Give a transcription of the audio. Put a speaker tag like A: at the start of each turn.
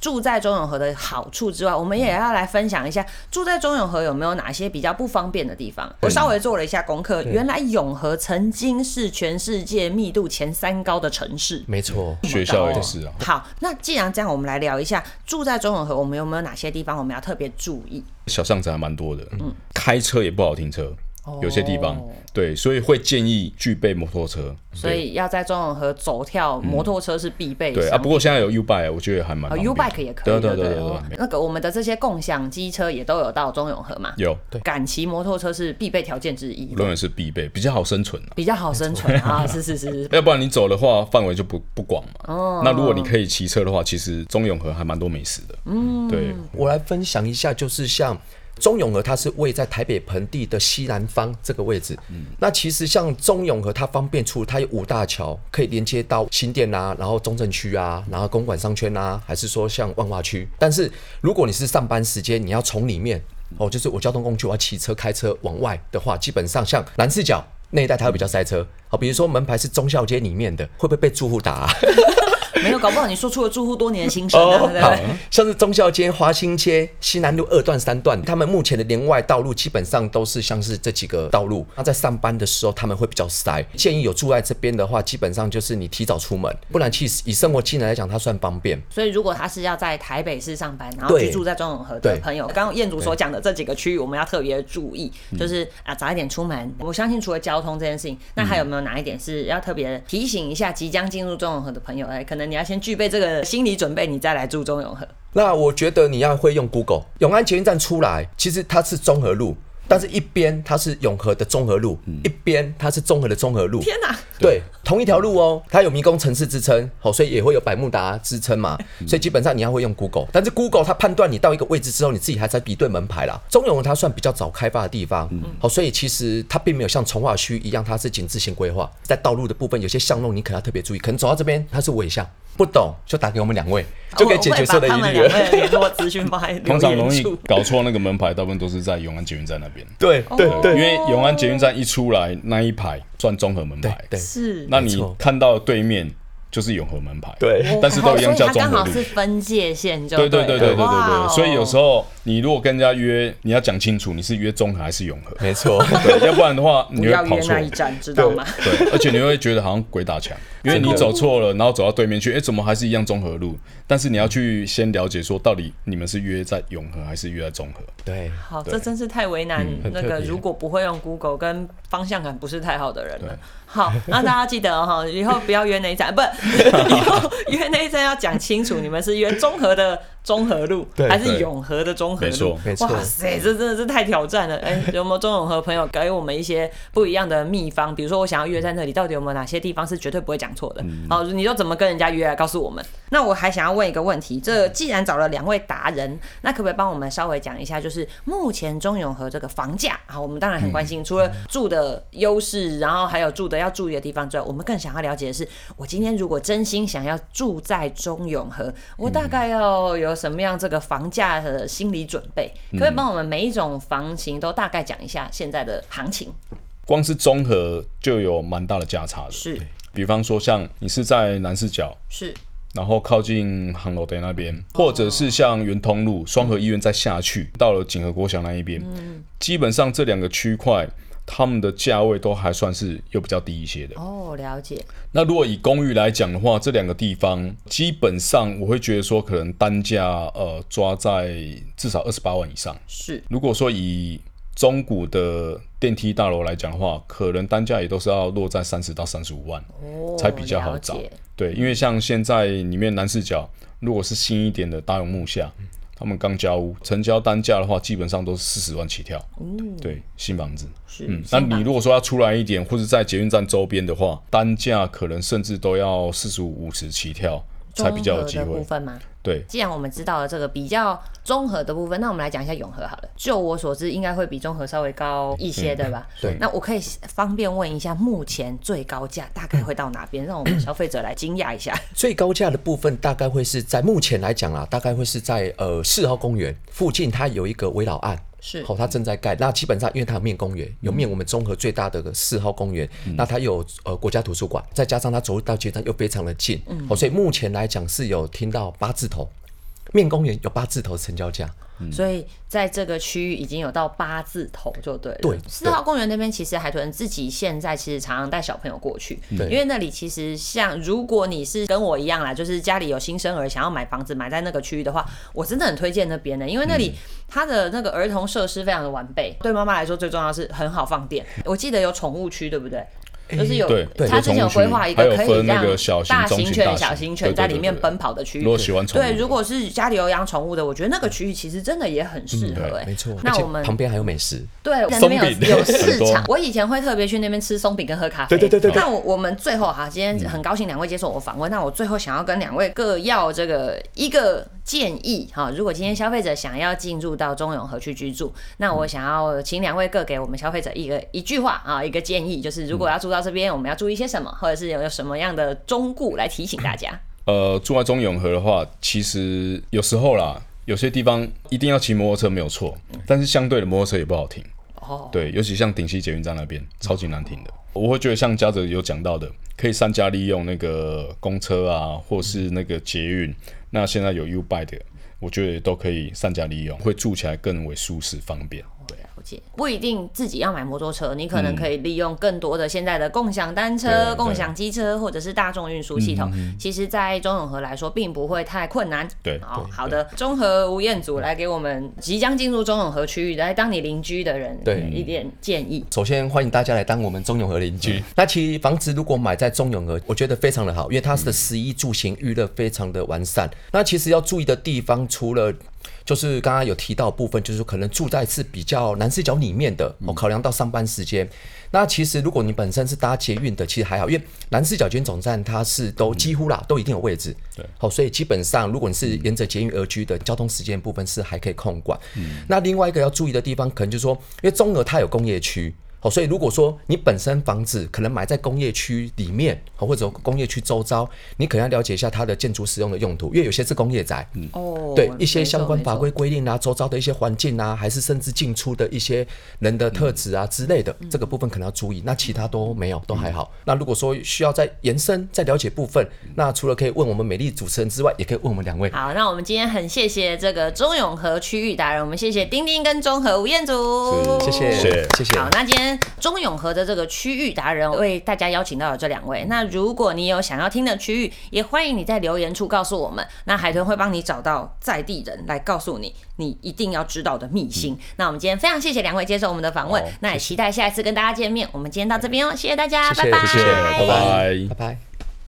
A: 住在中永和的好处之外，我们也要来分享一下住在中永和有没有哪些比较不方便的地方。我稍微做了一下功
B: 嗯
A: 课，原来永和曾经是全世界密度前三高的城市。
C: 没错，
B: 学校也是啊，
A: 好，那既然这样，我们来聊一下住在中永和，我们有没有哪些地方我们要特别注意？
B: 小巷子还蛮多的，
A: 嗯
B: 开车也不好停车，
A: 哦
B: 有些地方对，所以会建议具备摩托车。
A: 所以要在中永和走跳，摩托车是必备的
B: 对
A: 项目。
B: 啊，不过现在有 U Bike，我觉得还蛮
A: 哦
B: 方便
A: ，U
B: 的
A: Bike 也可以，
B: 对对
A: 不
B: 对啊对
A: 哦
B: 对，
A: 那个我们的这些共享机车也都有到中永和嘛。
B: 有
A: 敢骑摩托车是必备条件之一，
B: 永远是必备，比较好生存啊。
A: 比较好生存啊。是是是 是，
B: 要不然你走的话，范围就不不广嘛。
A: 哦
B: 那如果你可以骑车的话，其实中永和还蛮多美食的。嗯，对，
C: 我来分享一下，就是像中永和，它是位在台北盆地的西南方这个位置。那其实像中永和，它方便处，它有五大桥可以连接到新店啊，然后中正区啊，然后公馆商圈啊，还是说像万华区。但是如果你是上班时间，你要从里面哦，就是我交通工具，我要骑车、开车往外的话，基本上像南四角。那一带它会比较塞车，好，比如说门牌是忠孝街里面的，会不会被住户打、啊？
A: 没有搞不好你说出了住户多年的心
B: 哦
A: 声啊，对不
C: 好
A: 对？，
C: 像是忠孝街、华新街、西南路二段、三段，他们目前的连外道路基本上都是像是这几个道路。那在上班的时候，他们会比较塞。建议有住在这边的话，基本上就是你提早出门，不然其实以生活技能来讲，它算方便。
A: 所以如果他是要在台北市上班，然后
C: 对
A: 居住在中永和的
C: 对
A: 朋友，刚刚燕竹所讲的这几个区域，我们要特别注意，
B: 嗯
A: 就是啊早一点出门。我相信除了交通这件事情，那还有没有哪一点是要特别提醒一下即将进入中永和的朋友？哎，可能你要先具备这个心理准备，你再来住中永 和。
C: 那我觉得你要会用 Google，永安捷运站出来，其实它是中和路，但是一边它是永和的中和路，一边它是中和的中和路。
A: 天哪、
C: 对，同一条路哦，它有迷宫城市之称，好，所以也会有百慕达之称嘛，所以基本上你要会用 Google，但是 Google 它判断你到一个位置之后，你自己还在比对门牌啦。中永和它算比较早开发的地方，好，所以其实它并没有像从化区一样，它是紧致性规划，在道路的部分有些巷弄你可能要特别注意，可能走到这边它是尾巷，不懂就打给我们两位，就可以解决所有的疑
A: 哦
C: 虑了。
A: 了。联络资讯放在留
B: 通常容易
A: 言处。
B: 搞错那个门牌，大部分都是在永安捷运站那边。
C: 对对
B: 因
C: 对
B: 为永安捷运站一出来那一排算综合门
C: 对
B: 牌，
C: 对
A: 是，
B: 那
C: 没
B: 你
C: 错
B: 看到对面就是永和门牌，
C: 对，
B: 但是都一样叫
A: 哦所以它
B: 综
A: 刚
B: 合
A: 好
B: 路
A: 是。分界线就
B: 对
A: 对
B: 对对对对对
A: 哇哦
B: 对，所以有时候你如果跟人家约，你要讲清楚你是约综合还是永 和，
C: 没错，
B: 对，要不然的话你
A: 不
B: 会
A: 要
B: 跑
A: 约
B: 错
A: 那。一站，知道吗？
B: 对，而且你会觉得好像鬼打墙，因为你走错了，然后走到对面去，哎、怎么还是一样综合路？但是你要去先了解说，到底你们是约在永和还是约在综合？
C: 对。
A: 好，这真是太为难
C: 嗯很
A: 那
C: 特
A: 个
C: 别
A: 如果不会用 Google 跟方向感不是太好的人了。 好，那大家记得哦哈、以后不要约那一站，不，以后约那一站要讲清楚，你们是约中和的中和路，
C: 对
A: 还是
B: 对
A: 永和的中和
B: 没
A: 路
B: 错？
C: 没错
A: 哇塞，这真的是太挑战了！ 哎、有没有中永和朋友给我们一些不一样的秘方？比如说，我想要约在那里，到底有没有哪些地方是绝对不会讲错的？
B: 嗯
A: 好，你就怎么跟人家约来告诉我们。那我还想要问一个问题，这既然找了两位达人，那可不可以帮我们稍微讲一下，就是目前中永和这个房价？好，我们当然很关
B: 嗯
A: 心，除了住的优势，然后还有住的要注意的地方之外，我们更想要了解的是，我今天如果真心想要住在中永和，我大概要有什么样这个房价的心理准备？可
B: 嗯
A: 不可以帮我们每一种房型都大概讲一下现在的行情？
B: 光是综合就有蛮大的价差的。
A: 是
B: 比方说，像你是在南四角，
A: 是
B: 然后靠近航楼的那边，或者是像圆通路、双河医院再下去，到了锦和国小那一边，基本上这两个区块，他们的价位都还算是又比较低一些的。
A: 哦，了解
B: 那如果以公寓来讲的话，这两个地方基本上我会觉得说，可能单价呃抓在至少二十八万以上。
A: 是
B: 如果说以中古的电梯大楼来讲的话，可能单价也都是要落在三十到三十五万。
A: 哦，
B: 才比较好找
A: 了解
B: 对，因为像现在里面南四角，如果是新一点的大勇木下，他们刚交屋，成交单价的话，基本上都是四十万起跳。
A: 哦
B: 对，新房子。
A: 是
B: 嗯，那
A: 先把
B: 你如果说要出来一点，或者在捷运站周边的话，单价可能甚至都要四十五、五十起跳才比较有机
A: 综合的部
B: 会。
A: 分吗？
B: 对，
A: 既然我们知道了这个比较综合的部分，那我们来讲一下永和好了。就我所知，应该会比综合稍微高一些，对吧？
C: 对
A: 那我可以方便问一下，目前最高价大概会到哪边，让我们消费者来惊讶一下？
C: 最高价的部分大概会是在目前来讲啦，大概会是在呃四号公园附近，它有一个围绕案。
A: 是
C: 哦，它正在盖。那基本上，因为它有面公园，有面我们综合最大的四号公园，
A: 嗯
C: 那它有呃国家图书馆，
A: 嗯
C: 再加上它走入到街站又非常的近，哦，所以目前来讲是有听到八字头，面公园有八字头成交价，
B: 嗯
A: 所以在这个区域已经有到八字头就对了。
C: 对
A: 四号公园那边其实海豚自己现在其实常常带小朋友过去，
C: 对
A: 因为那里其实像如果你是跟我一样啦，就是家里有新生儿想要买房子买在那个区域的话，我真的很推荐那边的，因为那
B: 嗯
A: 里它的那个儿童设施非常的完备，对妈妈来说最重要的是很好放电。我记得有宠物区，对不对？就是有
B: 对，对
A: 他之前有规划一个
B: 有
A: 可
B: 宠物
A: 以
B: 区还有分那
A: 让
B: 个小型
A: 大
B: 中型
A: 型犬、
B: 大型
A: 小型犬
B: 对对
A: 在
B: 对
A: 里面
B: 对对
A: 奔跑的区域
B: 如。果喜欢宠物，
A: 对，如果是家里有养宠物的，我觉得那个区域其实真的也很适合、哎、
C: 嗯没错。而
A: 那
C: 且
A: 我们
C: 旁边还有美食，
A: 对那
B: 松
A: 边
B: 饼
A: 有有
B: 很
A: 市
B: 多
A: 场，我以前会特别去那边吃松饼跟喝咖啡。
C: 对对对对对
A: 那我我们最后哈，今天很高兴两位接受我访问。那我最后想要跟两位各要这个一个建议哈，如果今天消费者想要进入到中永和去居住，那我想要请两位各给我们消费者一个一句话啊，一个建议，就是如果
C: 嗯
A: 要住到这边，我们要注意些什么，或者是有有什么样的忠固来提醒大家。
B: 呃，住在中永和的话，其实有时候啦，有些地方一定要骑摩托车没有错，但是相对的摩托车也不好停。
A: 哦，
B: 对，尤其像顶溪捷运站那边，超级难停的。我会觉得像嘉泽有讲到的，可以善加利用那个公车啊，或是那个捷运。那现在有 U Bike，我觉得都可以善加利用，会住起来更为舒适方便。对，
A: 了解，不一定自己要买摩托车，你可
C: 嗯
A: 能可以利用更多的现在的共享单车、
B: 对
A: 共享机车或者是大众运输系
C: 嗯
A: 统。其实，在中永和来说，并不会太困难。
B: 对
A: 哦，好的，中和吴彦祖来给我们即将进入中永和区域，来当你邻居的人，
C: 对
A: 一点建议。
C: 首先欢迎大家来当我们中永和邻居。那其实房子如果买在中永和，我觉得非常的好，因为它的食衣住行娱乐非常的完善。那其实要注意的地方，除了就是刚刚有提到的部分，就是可能住在是比较南视角里面的，哦，考量到上班时间。那其实如果你本身是搭捷运的，其实还好，因为南视角捷运总站它是都几乎啦，都一定有位置。对，好、所以基本上如果你是沿着捷运而居的，交通时间部分是还可以控管。那另外一个要注意的地方，可能就是说，因为中俄它有工业区。哦，所以如果说你本身房子可能买在工业区里面，哦或者工业区周遭，你可能要了解一下它的建筑使用的用途，因为有些是工业宅，
A: 哦，
C: 对一些
A: 没错
C: 相关法规
A: 没错
C: 规定啊，周遭的一些环境啊，还是甚至进出的一些人的特质
A: 嗯
C: 啊之类的，这个部分可能要注意。那其他都没有，都还好。那如果说需要再延伸、再了解部分，那除了可以问我们美丽主持人之外，也可以问我们两位。
A: 好，那我们今天很谢谢这个中永和区域达人，我们谢谢丁丁跟中和吴彦祖，
C: 谢谢，
B: 谢
C: 谢谢。
A: 好，那今天中永和的这个区域达人为大家邀请到了这两位。那如果你有想要听的区域，也欢迎你在留言处告诉我们，那海豚会帮你找到在地人来告诉你你一定要知道的秘辛。那我们今天非常谢谢两位接受我们的访问，
B: 好
A: 那也期待下一次跟大家见面。我们今天到这边哦，谢谢大家，
C: 谢谢
A: 拜拜，
C: 谢谢
B: 拜拜。
C: 拜拜。